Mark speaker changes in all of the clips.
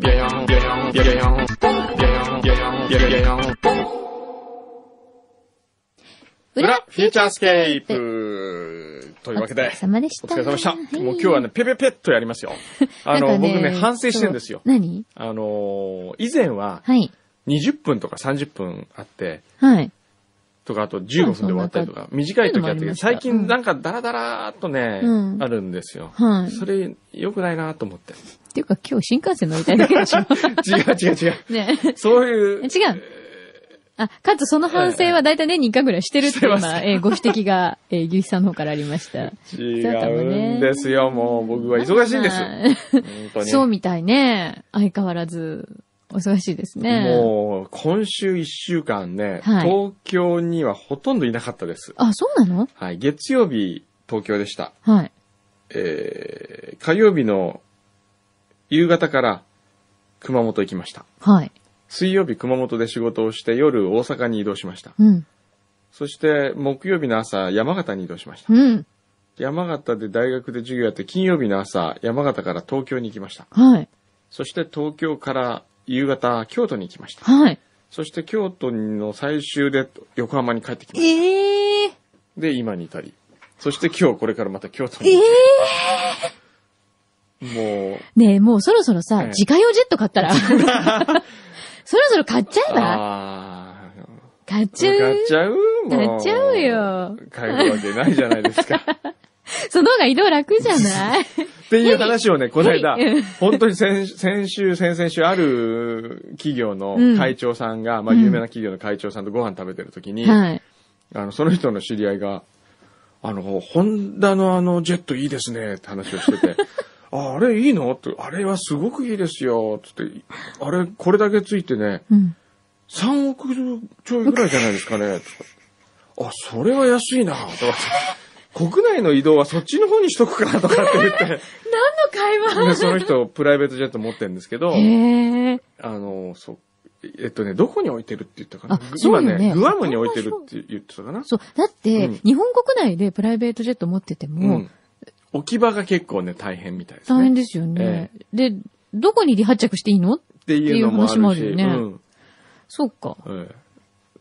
Speaker 1: ややんややんややんややんややん裏フューチャースケープというわけ
Speaker 2: お疲
Speaker 1: で
Speaker 2: れ。様でし
Speaker 1: お
Speaker 2: た。
Speaker 1: 疲れ様でした。もう今日はね、ペペペッとやり ますよ。
Speaker 2: な
Speaker 1: あ
Speaker 2: んか
Speaker 1: の、
Speaker 2: ね、
Speaker 1: 僕ね、反省してるんですよ
Speaker 2: そ。う何
Speaker 1: あのー、以前は
Speaker 2: はい。
Speaker 1: 20分とか30分あって、
Speaker 2: はい。
Speaker 1: とか、あと15分で終わったりとか、短い時あったけど、最近なんかダラダラーっとね、
Speaker 2: うん
Speaker 1: あるんですよ。
Speaker 2: はい。
Speaker 1: それ、良くないなと思って。
Speaker 2: っていうか今日新幹線乗りたいだけでしょ。
Speaker 1: 違う違う違 う。
Speaker 2: ね。
Speaker 1: そういう、
Speaker 2: 違う。あ、かつその反省は大体年に1回ぐらいしてるってい
Speaker 1: し
Speaker 2: う
Speaker 1: てま
Speaker 2: 今、えーご指摘が、えー、牛さんの方からありました。
Speaker 1: 違うんですよ。もう僕は 忙しいんです。
Speaker 2: は
Speaker 1: 本当
Speaker 2: い
Speaker 1: に。
Speaker 2: そうみたいね。相変わらず、お忙しいですね。
Speaker 1: もう、今週一週間ね、
Speaker 2: はい
Speaker 1: 東京にはほとんどいなかったです。
Speaker 2: あ、そうなの
Speaker 1: はい。月曜日、東京でした。
Speaker 2: はい。
Speaker 1: えー、火曜日の夕方から熊本行きました。
Speaker 2: はい。
Speaker 1: 水曜日熊本で仕事をして夜大阪に移動しました。
Speaker 2: うん。
Speaker 1: そして木曜日の朝山形に移動しました。
Speaker 2: うん。
Speaker 1: 山形で大学で授業やって金曜日の朝山形から東京に行きました。
Speaker 2: はい。
Speaker 1: そして東京から夕方京都に行きました。
Speaker 2: はい。
Speaker 1: そして京都の最終で横浜に帰ってきまし
Speaker 2: ええー。
Speaker 1: た。で、今に至り。そして今日これからまた京都
Speaker 2: ええ
Speaker 1: に。
Speaker 2: ー。
Speaker 1: もう、
Speaker 2: ねえ、もうそろそろさ、
Speaker 1: ええ
Speaker 2: 自家用ジェット買っ たら。そろそろ買っちゃえば
Speaker 1: ああ、
Speaker 2: 買っちゃう
Speaker 1: 買っちゃうも
Speaker 2: 買っちゃうよ。
Speaker 1: 買うわけないじゃないですか。
Speaker 2: その方が移動楽じゃない
Speaker 1: っていう話をね、この 間
Speaker 2: 無理うん、
Speaker 1: 本当に先先週、先々週、ある企業の会長さんが、まあ、
Speaker 2: うん
Speaker 1: 有名な企業の会長さんとご飯食べてる時に、
Speaker 2: はい。
Speaker 1: あの、その人の知り合いが、あの、ホンダのあの、ジェットいいですね、って話を してて、あ、あれいいのって、あれはすごくいいですよ、つって、あれ、これだけついてね、
Speaker 2: うん。
Speaker 1: 3億ちょいぐらいじゃないですかね、とか。あ、それは安いな、とかって。国内の移動はそっちの方にしとくか、とかって言 って。
Speaker 2: 何の会
Speaker 1: で
Speaker 2: 話
Speaker 1: その人、プライベートジェット持ってるんですけど、
Speaker 2: へえ。
Speaker 1: あの、そう、えっとね、どこに置いてるって言ったかな
Speaker 2: あ。
Speaker 1: ぐ
Speaker 2: そうよね
Speaker 1: 今ね、グアムに置いてるって言ってたかな。
Speaker 2: そう。だって、
Speaker 1: うん
Speaker 2: 日本国内でプライベートジェット持ってて
Speaker 1: う
Speaker 2: も、
Speaker 1: ん。置き場が結構ね、大変みたいです
Speaker 2: 大変
Speaker 1: ね。
Speaker 2: ですよね、で、どこに離発着していいの
Speaker 1: っていうのもある
Speaker 2: って
Speaker 1: し、
Speaker 2: いうう話もあるよ
Speaker 1: ん。
Speaker 2: そうか。
Speaker 1: ええ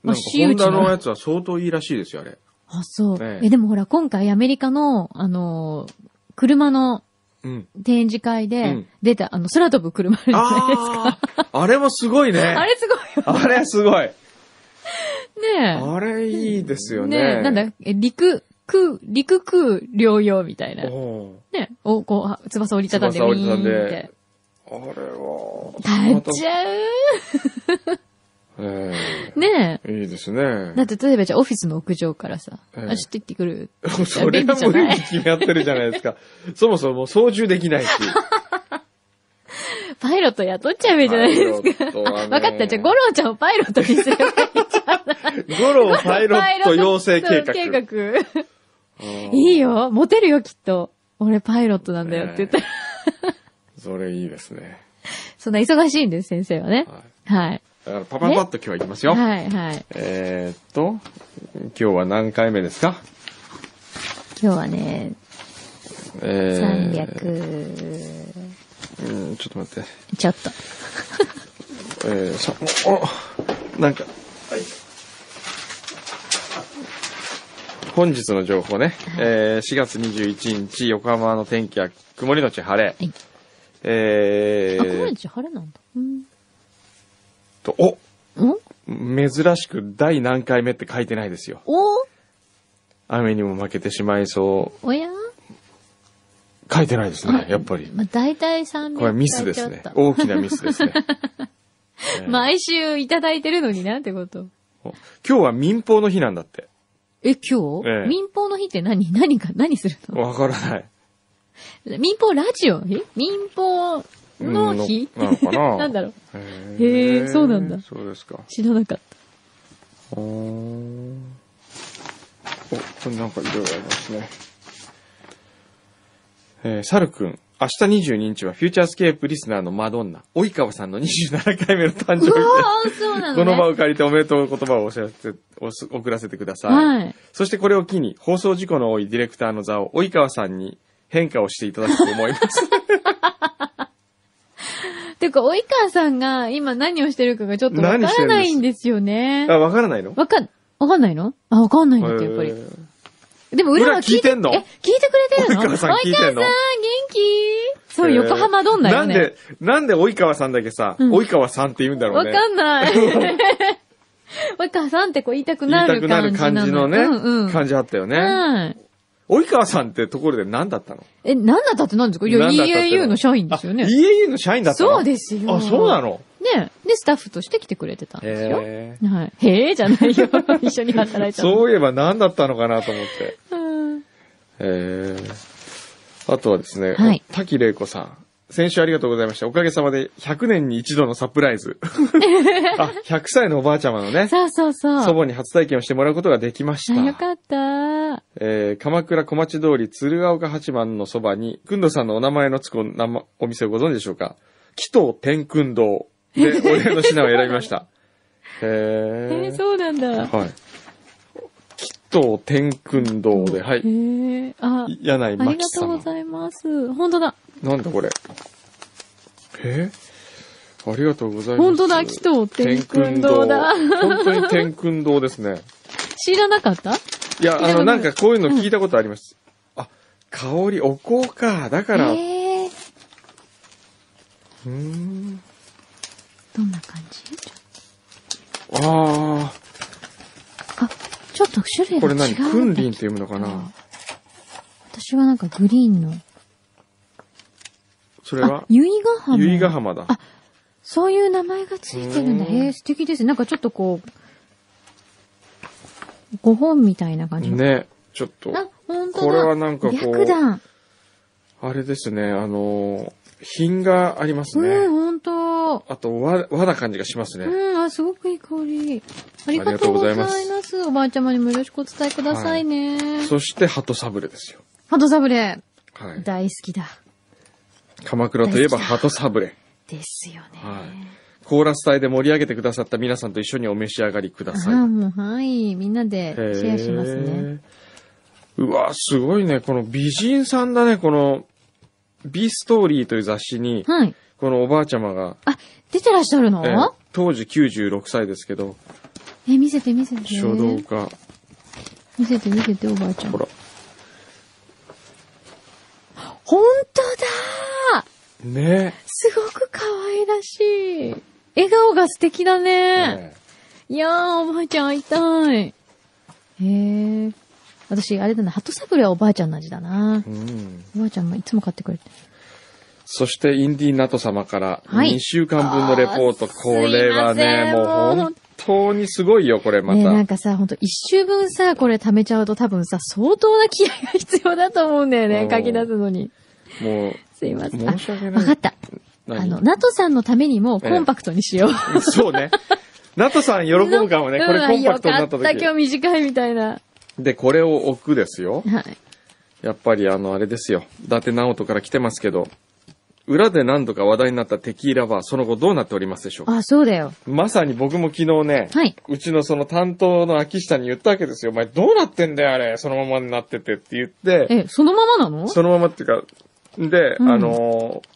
Speaker 2: ま
Speaker 1: なんか、
Speaker 2: あ私
Speaker 1: ホ
Speaker 2: 有
Speaker 1: ン
Speaker 2: 地な
Speaker 1: ダ
Speaker 2: ら
Speaker 1: のやつは相当いいらしいですよ、あれ。
Speaker 2: あ、そう。
Speaker 1: え
Speaker 2: え
Speaker 1: え
Speaker 2: でもほら、今回アメリカの、あのー車の
Speaker 1: うん。
Speaker 2: 展示会
Speaker 1: う
Speaker 2: で
Speaker 1: ん
Speaker 2: 出た、あの、空飛ぶ車 あるじゃないですか。
Speaker 1: ああ、あれもすごいね。
Speaker 2: あれすごいよ
Speaker 1: あれすごい。
Speaker 2: ねえ。
Speaker 1: あれいいですよね。
Speaker 2: ねえ、なんだ、え陸、空、陸空療養みたいな。ね
Speaker 1: おう
Speaker 2: え、をこうは、翼折りたたんで、
Speaker 1: 翼
Speaker 2: ウィ
Speaker 1: 折りたた
Speaker 2: ー
Speaker 1: ん
Speaker 2: ンっ
Speaker 1: で
Speaker 2: て。
Speaker 1: あれは、
Speaker 2: 買っちゃう
Speaker 1: またえ
Speaker 2: ね
Speaker 1: えいいですね
Speaker 2: え。。だって、例えばじゃあオフィスの屋上からさ、
Speaker 1: ええ
Speaker 2: あ、知って行ってくる。
Speaker 1: それは無理に決まってるじゃないです か。そもそも操縦できないし。
Speaker 2: パイロット雇っちゃえばいいじゃないですか。
Speaker 1: パイロットはね
Speaker 2: あわかった。じゃあ、ゴロウちゃんをパイロットにすればいい。
Speaker 1: ゴロパイロット養成計画。
Speaker 2: 計画。
Speaker 1: うん
Speaker 2: いいよ。モテるよ、きっと。俺パイロットなんだよって言ったら。
Speaker 1: それいいですね。
Speaker 2: そんな忙しいんです、先生はね。
Speaker 1: はい
Speaker 2: はい。
Speaker 1: だからパパパッと今日は行きますよ。
Speaker 2: はい、はい。
Speaker 1: えーっと、今日は何回目ですか
Speaker 2: 今日はね、
Speaker 1: えー
Speaker 2: 300、
Speaker 1: うんちょっと待って。
Speaker 2: ちょっと。
Speaker 1: えー、さ、お、おなんか、はい。本日の情報ね、えー、4月21日、横浜の天気は曇りのち晴れ。
Speaker 2: はい
Speaker 1: え
Speaker 2: あ、今
Speaker 1: ー、
Speaker 2: 日晴れなんだ。うん。
Speaker 1: と、お
Speaker 2: お
Speaker 1: 珍しく第何回目って書いてないですよ。
Speaker 2: お
Speaker 1: 雨にも負けてしまいそ
Speaker 2: おや
Speaker 1: う。書いてないですね、やっぱり。
Speaker 2: まあ、大体300
Speaker 1: これミスです
Speaker 2: 回
Speaker 1: ね
Speaker 2: ちゃっ。た
Speaker 1: 大きなミス ですね。えー
Speaker 2: 毎週いただいてるのになんてこと。
Speaker 1: 今日は民放の日なんだって。
Speaker 2: え、今日、
Speaker 1: ええ
Speaker 2: 民放の日って何 何か、何するの
Speaker 1: わからない。
Speaker 2: 民放ラジオの日民放の日
Speaker 1: なのかな
Speaker 2: なんだろう。
Speaker 1: へ
Speaker 2: へーそうなんだ
Speaker 1: そうですか。
Speaker 2: 知らなかっ
Speaker 1: おお、これなんかいろいろありますね。えー、サルくん。明日22日はフューチャースケープリスナーのマドンナ、及川さんの27回目の誕生
Speaker 2: た。
Speaker 1: 日
Speaker 2: う
Speaker 1: で
Speaker 2: わー、そうなの、ね、
Speaker 1: す。この場を借りておめでとう言葉をお知らせおす送らせてください。
Speaker 2: はい。
Speaker 1: そしてこれを機に、放送事故の多いディレクターの座を及川さんに変化をしていただくと思います。
Speaker 2: てか、及川さんが今何をしてるかがちょっとわからないんですよね
Speaker 1: あ、。わからないの
Speaker 2: わかん、わかんないのあ、わかんないんだって、やっぱ
Speaker 1: え
Speaker 2: り。
Speaker 1: ー
Speaker 2: でも裏は聞いて、
Speaker 1: 裏聞いてんの
Speaker 2: え、聞いてくれてるの
Speaker 1: 及川さん聞いてんの
Speaker 2: 及川さん、元気そう、横浜どんなよね。
Speaker 1: なんで、なんで及川さんだけさ、
Speaker 2: うん
Speaker 1: 及川さんって言うんだろ
Speaker 2: わ
Speaker 1: うね。
Speaker 2: かんない。 及川さんってこう言いたく
Speaker 1: 言
Speaker 2: ない
Speaker 1: た
Speaker 2: る
Speaker 1: くなる
Speaker 2: 感
Speaker 1: 感
Speaker 2: じなの
Speaker 1: じのね、
Speaker 2: うんうん。
Speaker 1: 感じあったよね。
Speaker 2: はい。
Speaker 1: 及川さんってところで何だったの
Speaker 2: え、なんだったって何ですかいや、
Speaker 1: 何だったって
Speaker 2: EAU の社員ですよね
Speaker 1: あ。EAU の社員だったの
Speaker 2: そうですよ。
Speaker 1: あ、そうなの
Speaker 2: ねで、スタッフとして来てくれてたんですよ。
Speaker 1: へえ。
Speaker 2: はい。へえじゃないよ。 一緒に働いたの。
Speaker 1: そういえば何だったのかなと思って。
Speaker 2: うん
Speaker 1: えー、あとはですね、
Speaker 2: はい
Speaker 1: 滝玲子さん。先週ありがとうございました。おかげさまで100年に一度のサプライ ズ。あ、100歳のおばあちゃまのね、祖
Speaker 2: そうそうそう。
Speaker 1: 母に初体験をしてもらうことができました。
Speaker 2: あよかった。
Speaker 1: えー鎌倉小町通り鶴岡八幡のそばに、くんどさんのお名前のつくお名前お店をご存知でしょうか紀藤天君堂でお礼の品を選びま した。
Speaker 2: え
Speaker 1: へ
Speaker 2: ー
Speaker 1: ー。
Speaker 2: そうなんだ。へ
Speaker 1: はい。紀藤天君堂で、はい。
Speaker 2: えあ、
Speaker 1: 柳井
Speaker 2: あ
Speaker 1: 真紀
Speaker 2: りがと
Speaker 1: さ
Speaker 2: うんご。ざいます。本当だ。
Speaker 1: なんだこれ。えーありがとうございます。
Speaker 2: 本当だ、紀藤天空堂だ。
Speaker 1: 天空堂本当に天空堂ですね。
Speaker 2: 知らなかっ
Speaker 1: い
Speaker 2: た
Speaker 1: や、あ
Speaker 2: いや
Speaker 1: の、
Speaker 2: でも
Speaker 1: なんかこういうの聞いたことあります。あ、香り、お香か。だから、う
Speaker 2: えー
Speaker 1: ーん。
Speaker 2: どんな感じちょ
Speaker 1: あ
Speaker 2: あ、ちょっと種
Speaker 1: あ、
Speaker 2: 類
Speaker 1: これ
Speaker 2: が違うんだ
Speaker 1: 何クンリンって読むのかな
Speaker 2: 私はなんかグリーンの。
Speaker 1: それ
Speaker 2: あ
Speaker 1: は、、
Speaker 2: ゆいがは
Speaker 1: 由比ヶ浜だ。
Speaker 2: あそういう名前がついてるんだ。
Speaker 1: うん
Speaker 2: へえ、素敵です。なんかちょっとこう、ご本みたいな感じの。
Speaker 1: ね。ちょっと、
Speaker 2: あ、ほんとだ。
Speaker 1: これはなんかこう
Speaker 2: 白弾。
Speaker 1: あれですね、あのー、品があります
Speaker 2: うん、
Speaker 1: ね。
Speaker 2: ほんと。
Speaker 1: あと、和、和な感じがしますね。
Speaker 2: うん、あ、すごくいい香り。ありがとうございます。
Speaker 1: ありがとう
Speaker 2: おばあちゃまにもよろしくお伝えくださいね。
Speaker 1: そして、鳩サブレですよ。
Speaker 2: ハトサブレ
Speaker 1: はい。
Speaker 2: 大好きだ。
Speaker 1: 鎌倉といえば
Speaker 2: 大好きだ
Speaker 1: 鳩サブレ。
Speaker 2: ですよね。
Speaker 1: はい。コーラス隊で盛り上げてくださった皆さんと一緒にお召し上がりください。
Speaker 2: ああ、もう、はい。みんなでシェアします
Speaker 1: へ
Speaker 2: ね。
Speaker 1: ー。うわ、すごいね。この美人さんだね。この、ビーストーリーという雑誌に、
Speaker 2: はい。
Speaker 1: このおばあちゃまが、
Speaker 2: あ、出てらっしゃるの
Speaker 1: えー当時96歳ですけど、
Speaker 2: え、見せて見せて。
Speaker 1: 書道家、
Speaker 2: 見せて見せて、おばあちゃん。
Speaker 1: ほら、
Speaker 2: ほんとだー
Speaker 1: ね
Speaker 2: すごく可愛らしい。笑顔が素敵だ
Speaker 1: え
Speaker 2: ね。
Speaker 1: え
Speaker 2: いやー、おばあちゃん会いたい。へー。私、あれだな、鳩サブレはおばあちゃんの味だな
Speaker 1: え。うん。
Speaker 2: おばあちゃんもいつも買ってくれて。
Speaker 1: そして、インディーナト様から、
Speaker 2: はい
Speaker 1: 2週間分のレポート。
Speaker 2: あー
Speaker 1: これはね、
Speaker 2: すいません
Speaker 1: もう
Speaker 2: もう
Speaker 1: 本当にすごいよ、これまた。
Speaker 2: ねえなんかさ、ほんと一周分さ、これ貯めちゃうと多分さ、相当な気合が必要だと思うんだよ
Speaker 1: う
Speaker 2: ね
Speaker 1: ん、
Speaker 2: 書き出すのに。
Speaker 1: もう、
Speaker 2: すいません。あ
Speaker 1: 申し訳ない。
Speaker 2: わかった。
Speaker 1: 何
Speaker 2: あの、ナトさんのためにも
Speaker 1: ええ
Speaker 2: コンパクトにしよ う。
Speaker 1: そうね。ナトさん喜ぶかもね。これコンパクトになった
Speaker 2: うんよかった、
Speaker 1: 時
Speaker 2: 今。日短いみたいな。
Speaker 1: で、これを置くですよ。
Speaker 2: はい。
Speaker 1: やっぱりあの、あれですよ。伊達直人から来てますけど、裏で何度か話題になったテキーラバー、その後どうなっておりますでしょうか
Speaker 2: あ、そうだよ。
Speaker 1: まさに僕も昨日ね、
Speaker 2: はい。
Speaker 1: うちのその担当の秋下に言ったわけですよ。お前どうなってんだよ、あれ。そのままになっててって言って、
Speaker 2: え、そのままなの
Speaker 1: そのままっていうか、で、
Speaker 2: うん
Speaker 1: あのー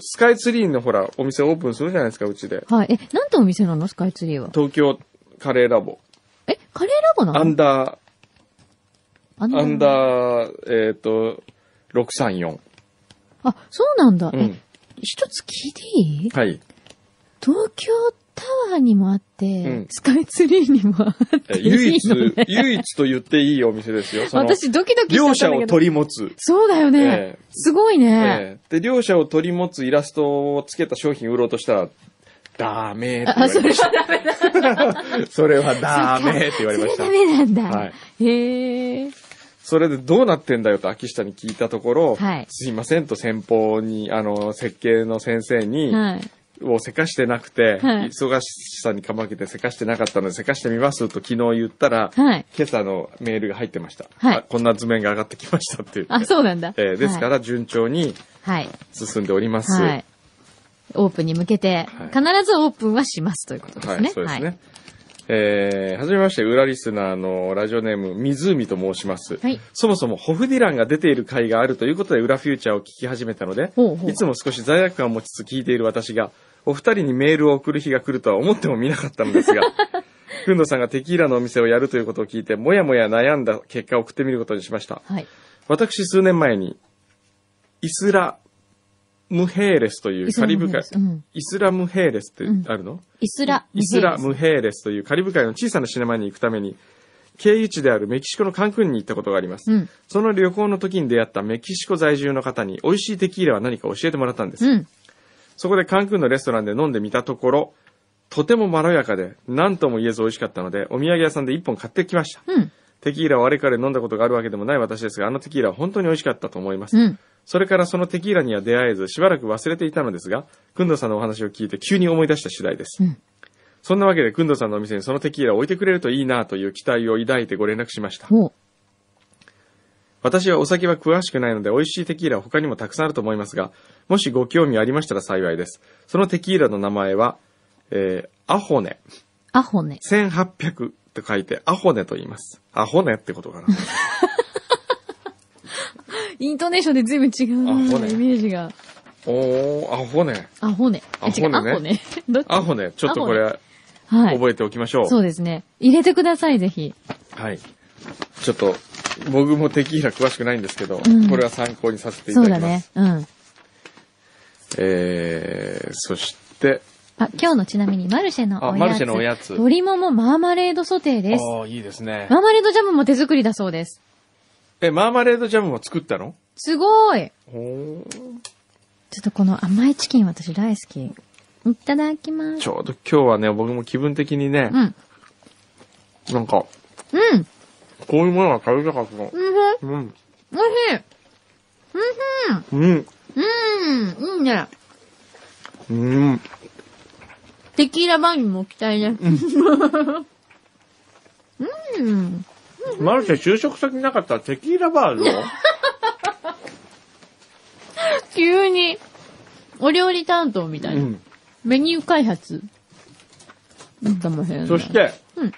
Speaker 1: スカイツリーのほら、お店オープンするじゃないですか、うちで。
Speaker 2: はい。え、なんてお店なのスカイツリーは。
Speaker 1: 東京カレーラボ。
Speaker 2: え、カレーラボなの
Speaker 1: アンダー、
Speaker 2: アン
Speaker 1: アン
Speaker 2: ー。
Speaker 1: ダー、えっ、と、634。
Speaker 2: あ、そうなんだ。
Speaker 1: う
Speaker 2: え
Speaker 1: ん。
Speaker 2: 一つ聞いていい
Speaker 1: はい。
Speaker 2: 東京タワーにもあっ
Speaker 1: うん
Speaker 2: て、スカイツリーにもあっ
Speaker 1: え
Speaker 2: ていいのね。
Speaker 1: 唯一、唯一と言っていいお店ですよ。その、
Speaker 2: 私ドキドキ
Speaker 1: 両
Speaker 2: してた
Speaker 1: 者を
Speaker 2: んだけど。
Speaker 1: 取り持つ。
Speaker 2: そうだよ
Speaker 1: え
Speaker 2: ね
Speaker 1: え。
Speaker 2: すごいね。
Speaker 1: ええで、両者を取り持つイラストをつけた商品売ろうとしたら、ダメって言われま した。それはダメって言わわれ
Speaker 2: そ
Speaker 1: ま
Speaker 2: れ
Speaker 1: した
Speaker 2: ダ。メなんだ。
Speaker 1: はい
Speaker 2: へえ。
Speaker 1: それでどうなってんだよと秋下に聞いたところ、
Speaker 2: はい
Speaker 1: すいませんと先方に、あの、設計の先生に、
Speaker 2: はい。
Speaker 1: をせかしてなくて、
Speaker 2: はい
Speaker 1: 忙しさにかまけてせかしてなかったので、せかしてみますと昨日言ったら、
Speaker 2: はい。
Speaker 1: 今朝のメールが入ってました。
Speaker 2: はい
Speaker 1: あこんな図面が上がってきましたっていう。
Speaker 2: あ、そうなんだ。
Speaker 1: えーですから順調に
Speaker 2: はい。
Speaker 1: 進んでおります。
Speaker 2: はい。はい。オープンに向けて、
Speaker 1: はい
Speaker 2: 必ずオープンはしますということです
Speaker 1: は
Speaker 2: ね。
Speaker 1: い、そうですね。
Speaker 2: はい。
Speaker 1: えーはじめまして、裏リスナーのラジオネーム、湖と申します。
Speaker 2: はい
Speaker 1: そもそも、ホフディランが出ている回があるということで、裏フューチャーを聞き始めたので、
Speaker 2: ほうほう
Speaker 1: いつも少し罪悪感を持ちつつ聞いている私が、お二人にメールを送る日が来るとは思ってもみなかったの ですが、くんどさんがテキーラのお店をやるということを聞いて、もやもや悩んだ結果を送ってみることにしました。
Speaker 2: はい。
Speaker 1: 私、数年前に、イスラムヘーレスというカリブ海、
Speaker 2: イスラムヘーレスうん
Speaker 1: イスラムヘーレスってあるの、
Speaker 2: イスラ。
Speaker 1: イスラムヘーレスというカリブ海の小さな島に行くために、経由地であるメキシコのカンクンに行ったことがあります。
Speaker 2: うん
Speaker 1: その旅行の時に出会ったメキシコ在住の方に美味しいテキーラは何か教えてもらったんです。
Speaker 2: うん。
Speaker 1: そこでカンクンのレストランで飲んでみたところ、とてもまろやかで、何とも言えず美味しかったので、お土産屋さんで一本買ってきました。
Speaker 2: うん。
Speaker 1: テキーラをあれから飲んだことがあるわけでもない私ですが、あのテキーラは本当に美味しかったと思います。
Speaker 2: うん。
Speaker 1: それからそのテキーラには出会えず、しばらく忘れていたのですが、くんどさんのお話を聞いて急に思い出した次第です。
Speaker 2: うん
Speaker 1: そんなわけで、くんどさんのお店にそのテキーラを置いてくれるといいなという期待を抱いてご連絡しました。
Speaker 2: ほう。
Speaker 1: 私はお酒は詳しくないので、美味しいテキーラは他にもたくさんあると思いますが、もしご興味ありましたら幸いです。そのテキーラの名前は、えー、アホネ、
Speaker 2: アホね。
Speaker 1: 1800と書いて、アホネと言います。アホネってこと かな。
Speaker 2: イントネーションで随分違うな
Speaker 1: アホね
Speaker 2: イメージが。
Speaker 1: おー、アホネ。
Speaker 2: アホね。え
Speaker 1: アホね
Speaker 2: 違う、アホね。 どっち
Speaker 1: アホネ、ちょっとこれ、
Speaker 2: はい。
Speaker 1: 覚えておきましょう。
Speaker 2: そうですね。入れてください、ぜひ。
Speaker 1: はい。ちょっと、僕もテキーラ詳しくないんですけど、
Speaker 2: うん
Speaker 1: これは参考にさせてい
Speaker 2: そ
Speaker 1: た
Speaker 2: う
Speaker 1: だ
Speaker 2: だ
Speaker 1: きま
Speaker 2: ね
Speaker 1: す。。
Speaker 2: うん。
Speaker 1: えー、そして、
Speaker 2: あ、今日のちなみにマルシェのおやつ。
Speaker 1: あマルシェのおやつ
Speaker 2: 鶏ももマーマレードソテーです。
Speaker 1: ああ、いいですね。
Speaker 2: マーマレードジャムも手作りだそうです。
Speaker 1: え、マーマレードジャムも作ったの
Speaker 2: すごい
Speaker 1: ほー
Speaker 2: ちょっとこの甘いチキン私大好き。いただきま
Speaker 1: ち
Speaker 2: す。
Speaker 1: ょうど今日はね、僕も気分的にね
Speaker 2: う、ん。
Speaker 1: なんか、
Speaker 2: うん。
Speaker 1: こういうものが食べたかったの。
Speaker 2: うん。
Speaker 1: うん。
Speaker 2: おいしい。
Speaker 1: うん。
Speaker 2: うん。いいね。
Speaker 1: うん。
Speaker 2: テキーラバーにも期待ね。うん。
Speaker 1: マルシェ就職先なかったらテキーラバーよ。
Speaker 2: 急に、お料理担当みた
Speaker 1: う
Speaker 2: いな。
Speaker 1: ん。
Speaker 2: メニュー開発。うんかもしれない。
Speaker 1: そし。て、
Speaker 2: うん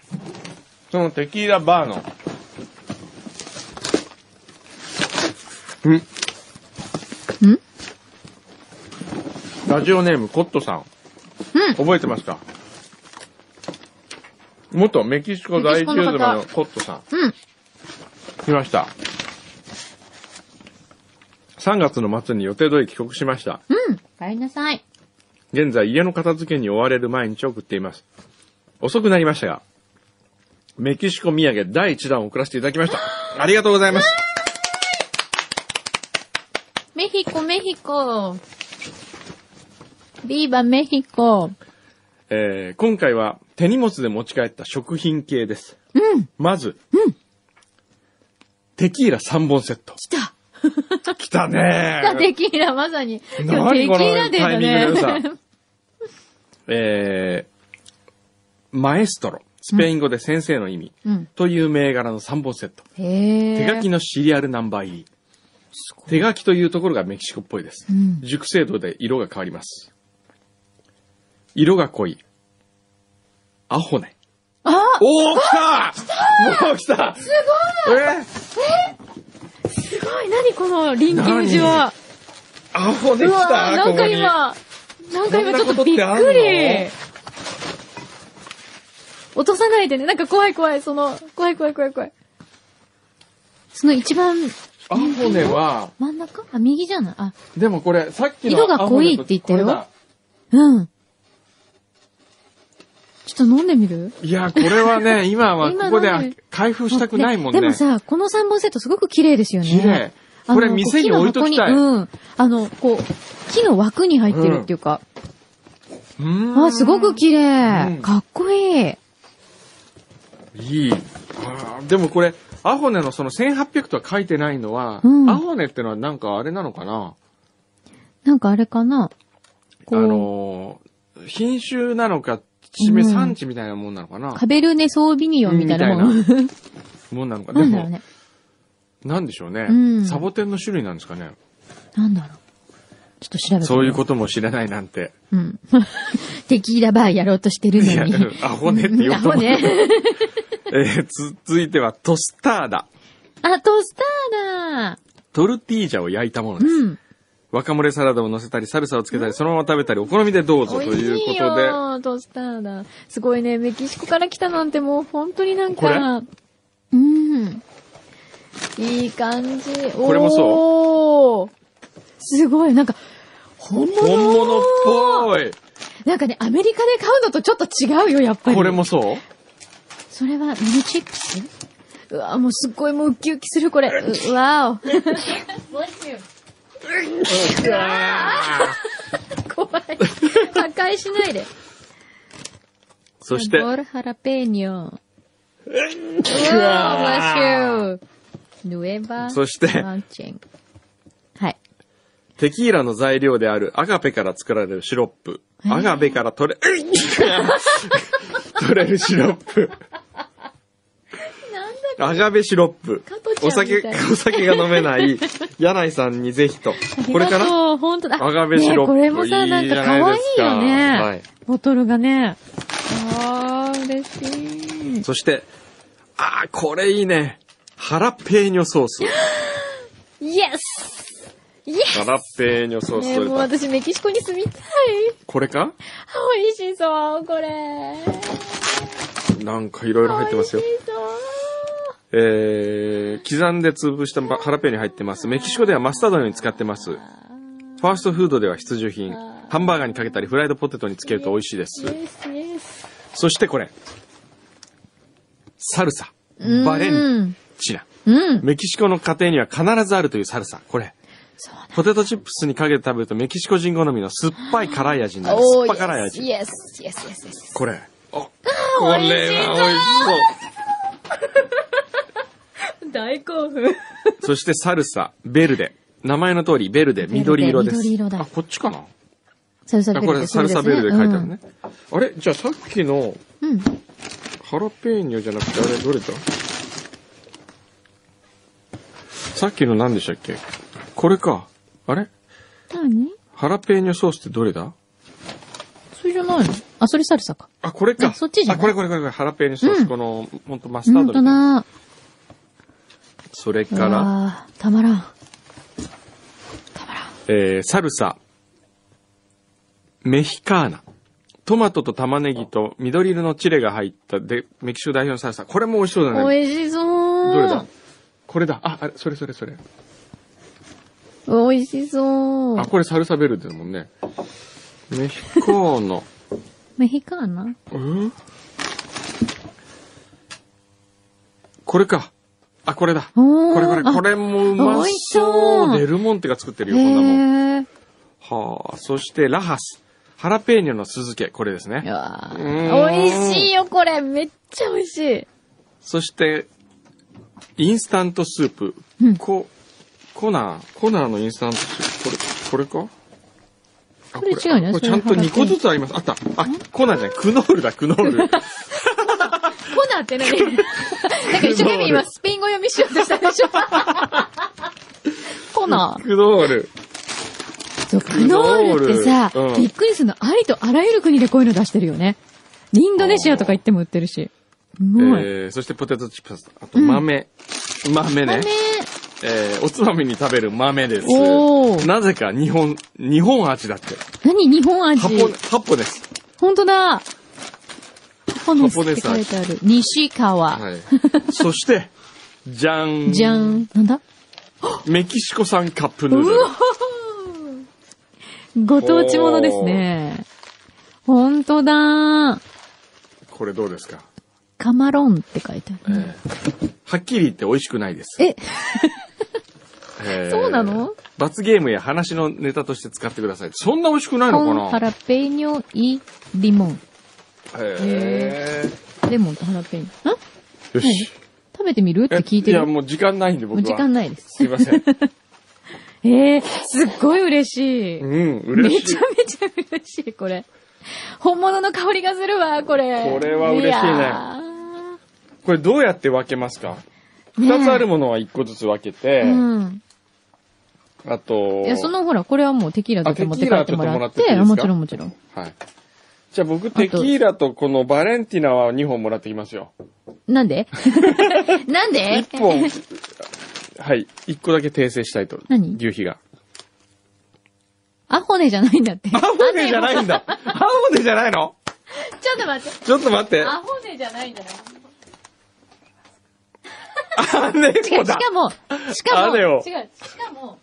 Speaker 1: そのテキーラバーの、うん
Speaker 2: ん
Speaker 1: ラジオネームコットさん。
Speaker 2: うん
Speaker 1: 覚えてますか元メキシコ在住妻のコットさん。
Speaker 2: うん。
Speaker 1: 来ました。3月の末に予定通り帰国しました。
Speaker 2: うん。お帰りなさい。
Speaker 1: 現在家の片付けに追われる毎日を送っています。遅くなりましたが、メキシコ土産第1弾を送らせていただきました。ありがとうございます。
Speaker 2: メヒコ、メヒコ。ビーバ、メヒコ。
Speaker 1: えー今回は手荷物で持ち帰った食品系です。
Speaker 2: うん。
Speaker 1: まず、テキーラ3本セット。
Speaker 2: 来た。
Speaker 1: 来たね
Speaker 2: 来た、テキーラ、まさに。今日テ
Speaker 1: 何
Speaker 2: キ
Speaker 1: この
Speaker 2: ーラデーだ
Speaker 1: タイミングの
Speaker 2: ね
Speaker 1: 良。えーマエストロ、スペイン語で先生の意味、
Speaker 2: うん。
Speaker 1: という銘柄の3本セット。
Speaker 2: へえ。
Speaker 1: 手書きのシリアルナンバー入り。手書きというところがメキシコっぽいです。
Speaker 2: うん
Speaker 1: 熟成度で色が変わります。色が濃い。アホネ。
Speaker 2: あ
Speaker 1: おお来たもう来たすごいえー
Speaker 2: すごい何この臨機無事は。
Speaker 1: アホネ
Speaker 2: う
Speaker 1: 来
Speaker 2: わ
Speaker 1: た
Speaker 2: なん
Speaker 1: ここ
Speaker 2: か
Speaker 1: に
Speaker 2: 今、なんか今ちょっと
Speaker 1: こん
Speaker 2: びっ
Speaker 1: なこと
Speaker 2: く
Speaker 1: ってあん
Speaker 2: り
Speaker 1: の。
Speaker 2: 落とさないでね。なんか怖い怖い、その、怖い怖い怖い怖い。その一番
Speaker 1: アホネは、
Speaker 2: 真ん中あ、右じゃないあ、
Speaker 1: でもこれ、さっきの
Speaker 2: 色が濃いって言ってる
Speaker 1: ア
Speaker 2: よ
Speaker 1: ホネとこれだ
Speaker 2: うん。ちょっと飲んでみる
Speaker 1: いや、これは ね、今はここで
Speaker 2: 今飲んでる
Speaker 1: 開封したくないもんね。
Speaker 2: でもさ、この3本セットすごく綺麗ですよね。
Speaker 1: 綺麗。これ
Speaker 2: あの
Speaker 1: 店に置いときたい。う
Speaker 2: 木の箱にうん。あの、こう、木の枠に入ってるっていうか。
Speaker 1: ーん
Speaker 2: あ、すごく綺
Speaker 1: う
Speaker 2: 麗。
Speaker 1: ん
Speaker 2: かっこいい。
Speaker 1: いい。あーでもこれ、アホネのその1800とは書いてないのは、
Speaker 2: うん
Speaker 1: アホネってのはなんかあれなのかな
Speaker 2: なんかあれかな
Speaker 1: あ
Speaker 2: こう、
Speaker 1: のー、品種なのか、地名
Speaker 2: うん
Speaker 1: 産地みたいなもんなのかな、
Speaker 2: カベルネ・ソービニヨンみたいなも
Speaker 1: うん
Speaker 2: ん。
Speaker 1: もんなのか。で
Speaker 2: なんだろ
Speaker 1: も、
Speaker 2: うね。
Speaker 1: なんでしょうね、
Speaker 2: うん
Speaker 1: サボテンの種類なんですかね。
Speaker 2: なんだろう。ちょっと調べて。
Speaker 1: そういう
Speaker 2: と。
Speaker 1: ことも知らないなんて。
Speaker 2: うん。 テキーラバーやろうとしてる
Speaker 1: いや、
Speaker 2: の
Speaker 1: う
Speaker 2: に。
Speaker 1: んアホネって言おうと思っ
Speaker 2: アホね
Speaker 1: て。 えー続いてはトスターダ。
Speaker 2: あ、トースターだ
Speaker 1: トルティージャを焼いたものです。
Speaker 2: うん。
Speaker 1: ワカモレサラダを乗せたり、サルサをつけたり、そのまま食べたり、お好みでどうぞと
Speaker 2: 美味し
Speaker 1: いう
Speaker 2: い
Speaker 1: ことで。
Speaker 2: よ、トースターだ。すごいね、メキシコから来たなんてもう本当になん
Speaker 1: これ
Speaker 2: か、うん。いい感じ。
Speaker 1: これも
Speaker 2: そう。すごい、なんか、本物
Speaker 1: 本物っぽい。
Speaker 2: なんかね、アメリカで買うのとちょっと違うよ、やっぱり。
Speaker 1: これもそう
Speaker 2: それはミニチップスうわもうすっごいもうウキウキする、これ。ううわお。 怖い。破壊しないで。
Speaker 1: そして、
Speaker 2: ボールハラペーニョ。う わー、マシュー。ヌエバ
Speaker 1: そして
Speaker 2: マンチェン。はい。
Speaker 1: テキーラの材料であるアガベから作られるシロップ。アガベから取れ、 取れるシロップ。
Speaker 2: なんだ
Speaker 1: アガベシロップ
Speaker 2: 加ト。ちゃん
Speaker 1: お酒
Speaker 2: みたいな、
Speaker 1: お酒が飲めない、柳井さんにぜひと。これかな
Speaker 2: そう、本当だ。
Speaker 1: アガベシロップ
Speaker 2: ねこれもさ、
Speaker 1: いいじ
Speaker 2: な
Speaker 1: ゃ
Speaker 2: んか
Speaker 1: ない
Speaker 2: 可
Speaker 1: で
Speaker 2: 愛
Speaker 1: す
Speaker 2: い
Speaker 1: か
Speaker 2: よ
Speaker 1: は
Speaker 2: ね
Speaker 1: い。
Speaker 2: ボトルがね。あー、嬉しい。
Speaker 1: そして、あー、これいいね。ハラペーニョソース。
Speaker 2: イエスイエス
Speaker 1: ハラペーニョソース
Speaker 2: ねえ、
Speaker 1: と
Speaker 2: もう
Speaker 1: れた。
Speaker 2: 私メキシコに住みたい。
Speaker 1: これか
Speaker 2: 美味しそう、これ。
Speaker 1: なんかいろいろ入ってますよ
Speaker 2: 美。味しそう。
Speaker 1: えー、刻んで潰したハラペーニョ入ってます。メキシコではマスタードのように使ってます。ファーストフードでは必需品。ハンバーガーにかけたり、フライドポテトにつけると美味しいです。
Speaker 2: イエス、イエス。
Speaker 1: そしてこれ。サルサ。バレン
Speaker 2: ン。
Speaker 1: チナ。
Speaker 2: うん。
Speaker 1: メキシコの家庭には必ずあるというサルサ。これ。
Speaker 2: そう
Speaker 1: ポテトチップスにかけて食べるとメキシコ人好みの酸っぱい辛い味になる。酸っぱ辛い味。
Speaker 2: イエス、イエス、イエス、イエス。
Speaker 1: これ。あ、これは美味し
Speaker 2: 大興奮。
Speaker 1: そう。そしてサルサ、ベルデ。名前の通り、ベルデ、緑色です。
Speaker 2: 緑色だ
Speaker 1: あ、こっちかな
Speaker 2: サルサベ
Speaker 1: あ
Speaker 2: ルデ。
Speaker 1: これ、サルサベルデ
Speaker 2: そ
Speaker 1: 書
Speaker 2: れ
Speaker 1: いて
Speaker 2: です
Speaker 1: あるね。。あれじゃあさっきの
Speaker 2: うん。うん
Speaker 1: ハラペーニョじゃなくて、あれ、どれださっきの何でしたっけこれか。あれ
Speaker 2: 何
Speaker 1: ハラペーニョソースってどれだ
Speaker 2: それじゃないのあ、それサルサか。
Speaker 1: あ、これか。
Speaker 2: あそっちじゃない
Speaker 1: あ、これこれこれこれ、ハラペーニョソース、
Speaker 2: うん
Speaker 1: この、ほんとマスタ
Speaker 2: ほ
Speaker 1: ー
Speaker 2: ん
Speaker 1: ド
Speaker 2: と
Speaker 1: みたいな。
Speaker 2: だ。
Speaker 1: それ
Speaker 2: う
Speaker 1: から、
Speaker 2: わーたまらん。たまらん。
Speaker 1: えーサルサ、メヒカーナ、トマトと玉ねぎと緑色のチレが入ったでメキシコ代表のサルサ。これも美味しそうだね。
Speaker 2: 美味しそう。
Speaker 1: どれだこれだ。あ、あれ、それそれそれ。
Speaker 2: 美味しそう
Speaker 1: あ、。これサルサベルデだもんね。メヒカーナ。
Speaker 2: メヒカーナ
Speaker 1: うんこれか。あ、これだ。
Speaker 2: おー
Speaker 1: これこれ、
Speaker 2: あ
Speaker 1: これもうま
Speaker 2: 美味し
Speaker 1: そ。
Speaker 2: そうう
Speaker 1: デルモンテが作ってる
Speaker 2: へ
Speaker 1: よ、こんなもん。
Speaker 2: ー。
Speaker 1: はあ、そしてラハス。ハラペーニョの酢漬け、これですね
Speaker 2: い。やー
Speaker 1: うん
Speaker 2: 美味しいよ、これ。めっちゃ美味しい。
Speaker 1: そして、インスタントスープ。
Speaker 2: うん
Speaker 1: こコナー、コナーのインスタントスープ。これ、これかあ
Speaker 2: これ違うね
Speaker 1: これ
Speaker 2: それ
Speaker 1: ちゃんと
Speaker 2: ハラペーニ
Speaker 1: 2
Speaker 2: ョ
Speaker 1: 個ずつあります。あった。あ、コナーじゃない。クノールだ、クノール。
Speaker 2: コナーって何 なんか一生懸命今スペイン語読みしようとしたでしょコナー。
Speaker 1: クノール。
Speaker 2: そう、クノールってさ、
Speaker 1: クノールうん
Speaker 2: びっくりするの。ありとあらゆる国でこういうの出してるよね。インドネシアとか行っても売ってるし。うまい。
Speaker 1: えー、そしてポテトチップス。あと豆。豆ね
Speaker 2: 豆。
Speaker 1: えー、おつまみに食べる豆です。
Speaker 2: おー
Speaker 1: なぜか日本、日本味だって。
Speaker 2: 何日本味
Speaker 1: 八本、八本です。
Speaker 2: ほんとだ。ハポネス
Speaker 1: ハポネ
Speaker 2: って
Speaker 1: ス
Speaker 2: 書
Speaker 1: 味
Speaker 2: いてある。西川。
Speaker 1: はい。そして、じゃーん。
Speaker 2: じゃん。なんだ
Speaker 1: メキシコ産カップヌードル。
Speaker 2: ご当地ものですね。ほんとだ
Speaker 1: これどうですか、
Speaker 2: カマロンって書いてある。
Speaker 1: えーはっきり言って美味しくないです。
Speaker 2: え、
Speaker 1: えー
Speaker 2: そうなの
Speaker 1: 罰ゲームや話のネタとして使ってください。そんな美味しくないの
Speaker 2: コンハ
Speaker 1: かな
Speaker 2: ラペーニョイリモン。
Speaker 1: へ
Speaker 2: レモンとハラペーニョ。ん
Speaker 1: ーよし。
Speaker 2: 食べてみるって聞いて
Speaker 1: え
Speaker 2: る。
Speaker 1: や、
Speaker 2: も
Speaker 1: もう時間ないんで僕
Speaker 2: う
Speaker 1: は。
Speaker 2: 時間ないです。
Speaker 1: すいません。
Speaker 2: ええすっごい嬉しい。
Speaker 1: うん、嬉
Speaker 2: め
Speaker 1: し
Speaker 2: ち
Speaker 1: い
Speaker 2: ゃ。めちゃ嬉しい、これ。本物の香りがするわ、これ。
Speaker 1: これは嬉しいね
Speaker 2: や
Speaker 1: これどうやって分けますか
Speaker 2: ー。
Speaker 1: 二つある
Speaker 2: も
Speaker 1: ものは一個ずつ分けて、
Speaker 2: うん。
Speaker 1: あと、
Speaker 2: いや、そのほら、これはもうテキーラとか持って帰ってもら
Speaker 1: あ
Speaker 2: っ
Speaker 1: テキー
Speaker 2: て、
Speaker 1: ラとかもらっていいです
Speaker 2: あ
Speaker 1: か
Speaker 2: もちろんもちろん。
Speaker 1: はい。じゃあ僕、テキーラとこのバレンティナは2本もらってきますよ。
Speaker 2: な んでなんで
Speaker 1: 1本、はい、1個だけ訂正したいと。
Speaker 2: 何
Speaker 1: 牛皮が。
Speaker 2: アホネじゃないんだって。
Speaker 1: アホネじゃないんだアホネじゃないの
Speaker 2: ちょっと待って。
Speaker 1: ちょっと待って。
Speaker 2: アホネじゃないんだよ。
Speaker 1: アネ
Speaker 2: 違
Speaker 1: ホ
Speaker 2: う、し
Speaker 1: だ
Speaker 2: かも、しか
Speaker 1: ア
Speaker 2: も、
Speaker 1: ネ
Speaker 2: 違
Speaker 1: を
Speaker 2: う、しかも、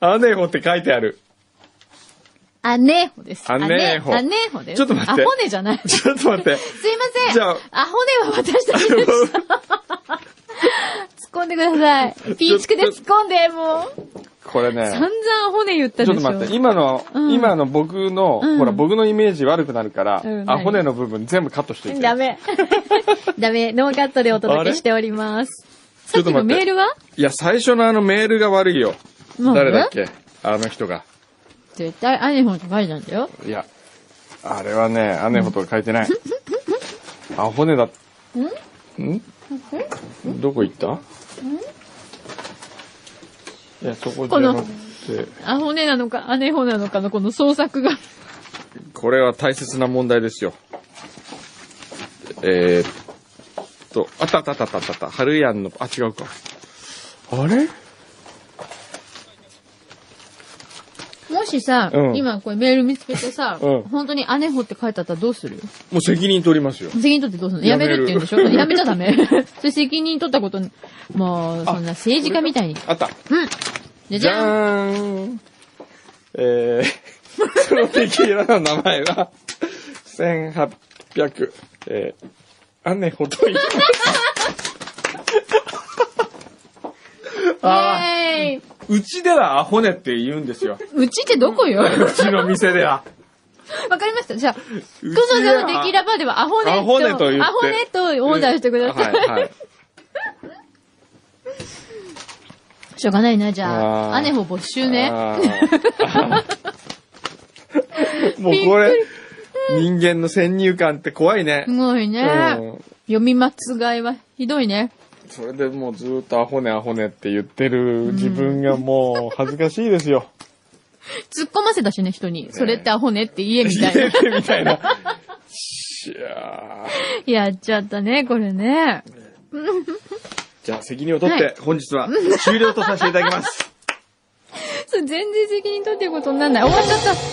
Speaker 1: アネホって書いてある。
Speaker 2: アネホです。
Speaker 1: アネホ
Speaker 2: アネホです。
Speaker 1: ちょっと待って
Speaker 2: アホネじゃない。すい
Speaker 1: ちょっと待って。
Speaker 2: ません。
Speaker 1: じゃあ
Speaker 2: アホネは私たちでした。突っ込んでください。ピーチクで突っ込んで、もう。
Speaker 1: これね
Speaker 2: 散。々アホネ言ったで
Speaker 1: ちょ
Speaker 2: しょ。
Speaker 1: っと待って、今の、
Speaker 2: うん
Speaker 1: 今の僕の、
Speaker 2: うん
Speaker 1: ほら、僕のイメージ悪くなるから、
Speaker 2: うん
Speaker 1: アホネの部分全部カットしていて。
Speaker 2: ダメ。 ダメ。ノーカットでお届けしております。
Speaker 1: あ
Speaker 2: さ
Speaker 1: れ
Speaker 2: っきのメールはい
Speaker 1: や、最初のあのメールが悪いよ。
Speaker 2: なんで
Speaker 1: 誰だっけあの人が。
Speaker 2: 絶対アネホンって書いてあるんだよ。
Speaker 1: いや、あれはね、アネホとは書いてない。アホネだ。んんどこ行ったいや、そこじゃなくて、
Speaker 2: アホネなのか、アネホなのかのこの創作が。
Speaker 1: これは大切な問題ですよ。えー、っと、あったあったあったあったあった。ハルヤンの、あ、違うか。あれ
Speaker 2: もしさ、
Speaker 1: うん
Speaker 2: 今これメール見つけてさ、
Speaker 1: うん
Speaker 2: 本当にアネホって書いてあったらどうする
Speaker 1: もう責任取りますよ。
Speaker 2: 責任取ってどうするの
Speaker 1: や
Speaker 2: や
Speaker 1: め
Speaker 2: め
Speaker 1: る
Speaker 2: るって言うんで しょやめちゃダメ。 それ責任取ったことに、もう、そんな政治家みたいに。
Speaker 1: あった。
Speaker 2: うん。じゃ
Speaker 1: じ
Speaker 2: じ
Speaker 1: ゃ
Speaker 2: ゃん。
Speaker 1: ーん。えー、そのテキーラの名前は、1800、えー、アネほ どいます。ああ、
Speaker 2: イェーイ
Speaker 1: うちではアホネって言うんですよ。
Speaker 2: うちってどこよ
Speaker 1: うちの店では。
Speaker 2: わかりました。じゃあ、 こ
Speaker 1: う
Speaker 2: の
Speaker 1: ちは
Speaker 2: のデキラバーではアホネと、
Speaker 1: アホネと言って。
Speaker 2: アホネとオーダーしてください。
Speaker 1: はい、はい。
Speaker 2: しょうがないな、じゃ
Speaker 1: あー
Speaker 2: あ。アネホ没収ね。
Speaker 1: あー もうこれ、人間の先入観って怖いね
Speaker 2: す。ごいね。
Speaker 1: うん
Speaker 2: 読み間違いはひどいね。
Speaker 1: それでもうずーっとアホねアホねって言ってる自分がもう恥ずかしいです よ。
Speaker 2: 突っ込ませたしね、人に。それってアホネって言えみたい
Speaker 1: 言え
Speaker 2: な。
Speaker 1: てみた いな。しゃー
Speaker 2: やっちゃったね、これね。
Speaker 1: じゃあ責任を取って
Speaker 2: はい
Speaker 1: 本日は終了とさせていただきます。
Speaker 2: それ全然責任取ってることにならない。終わっちゃった。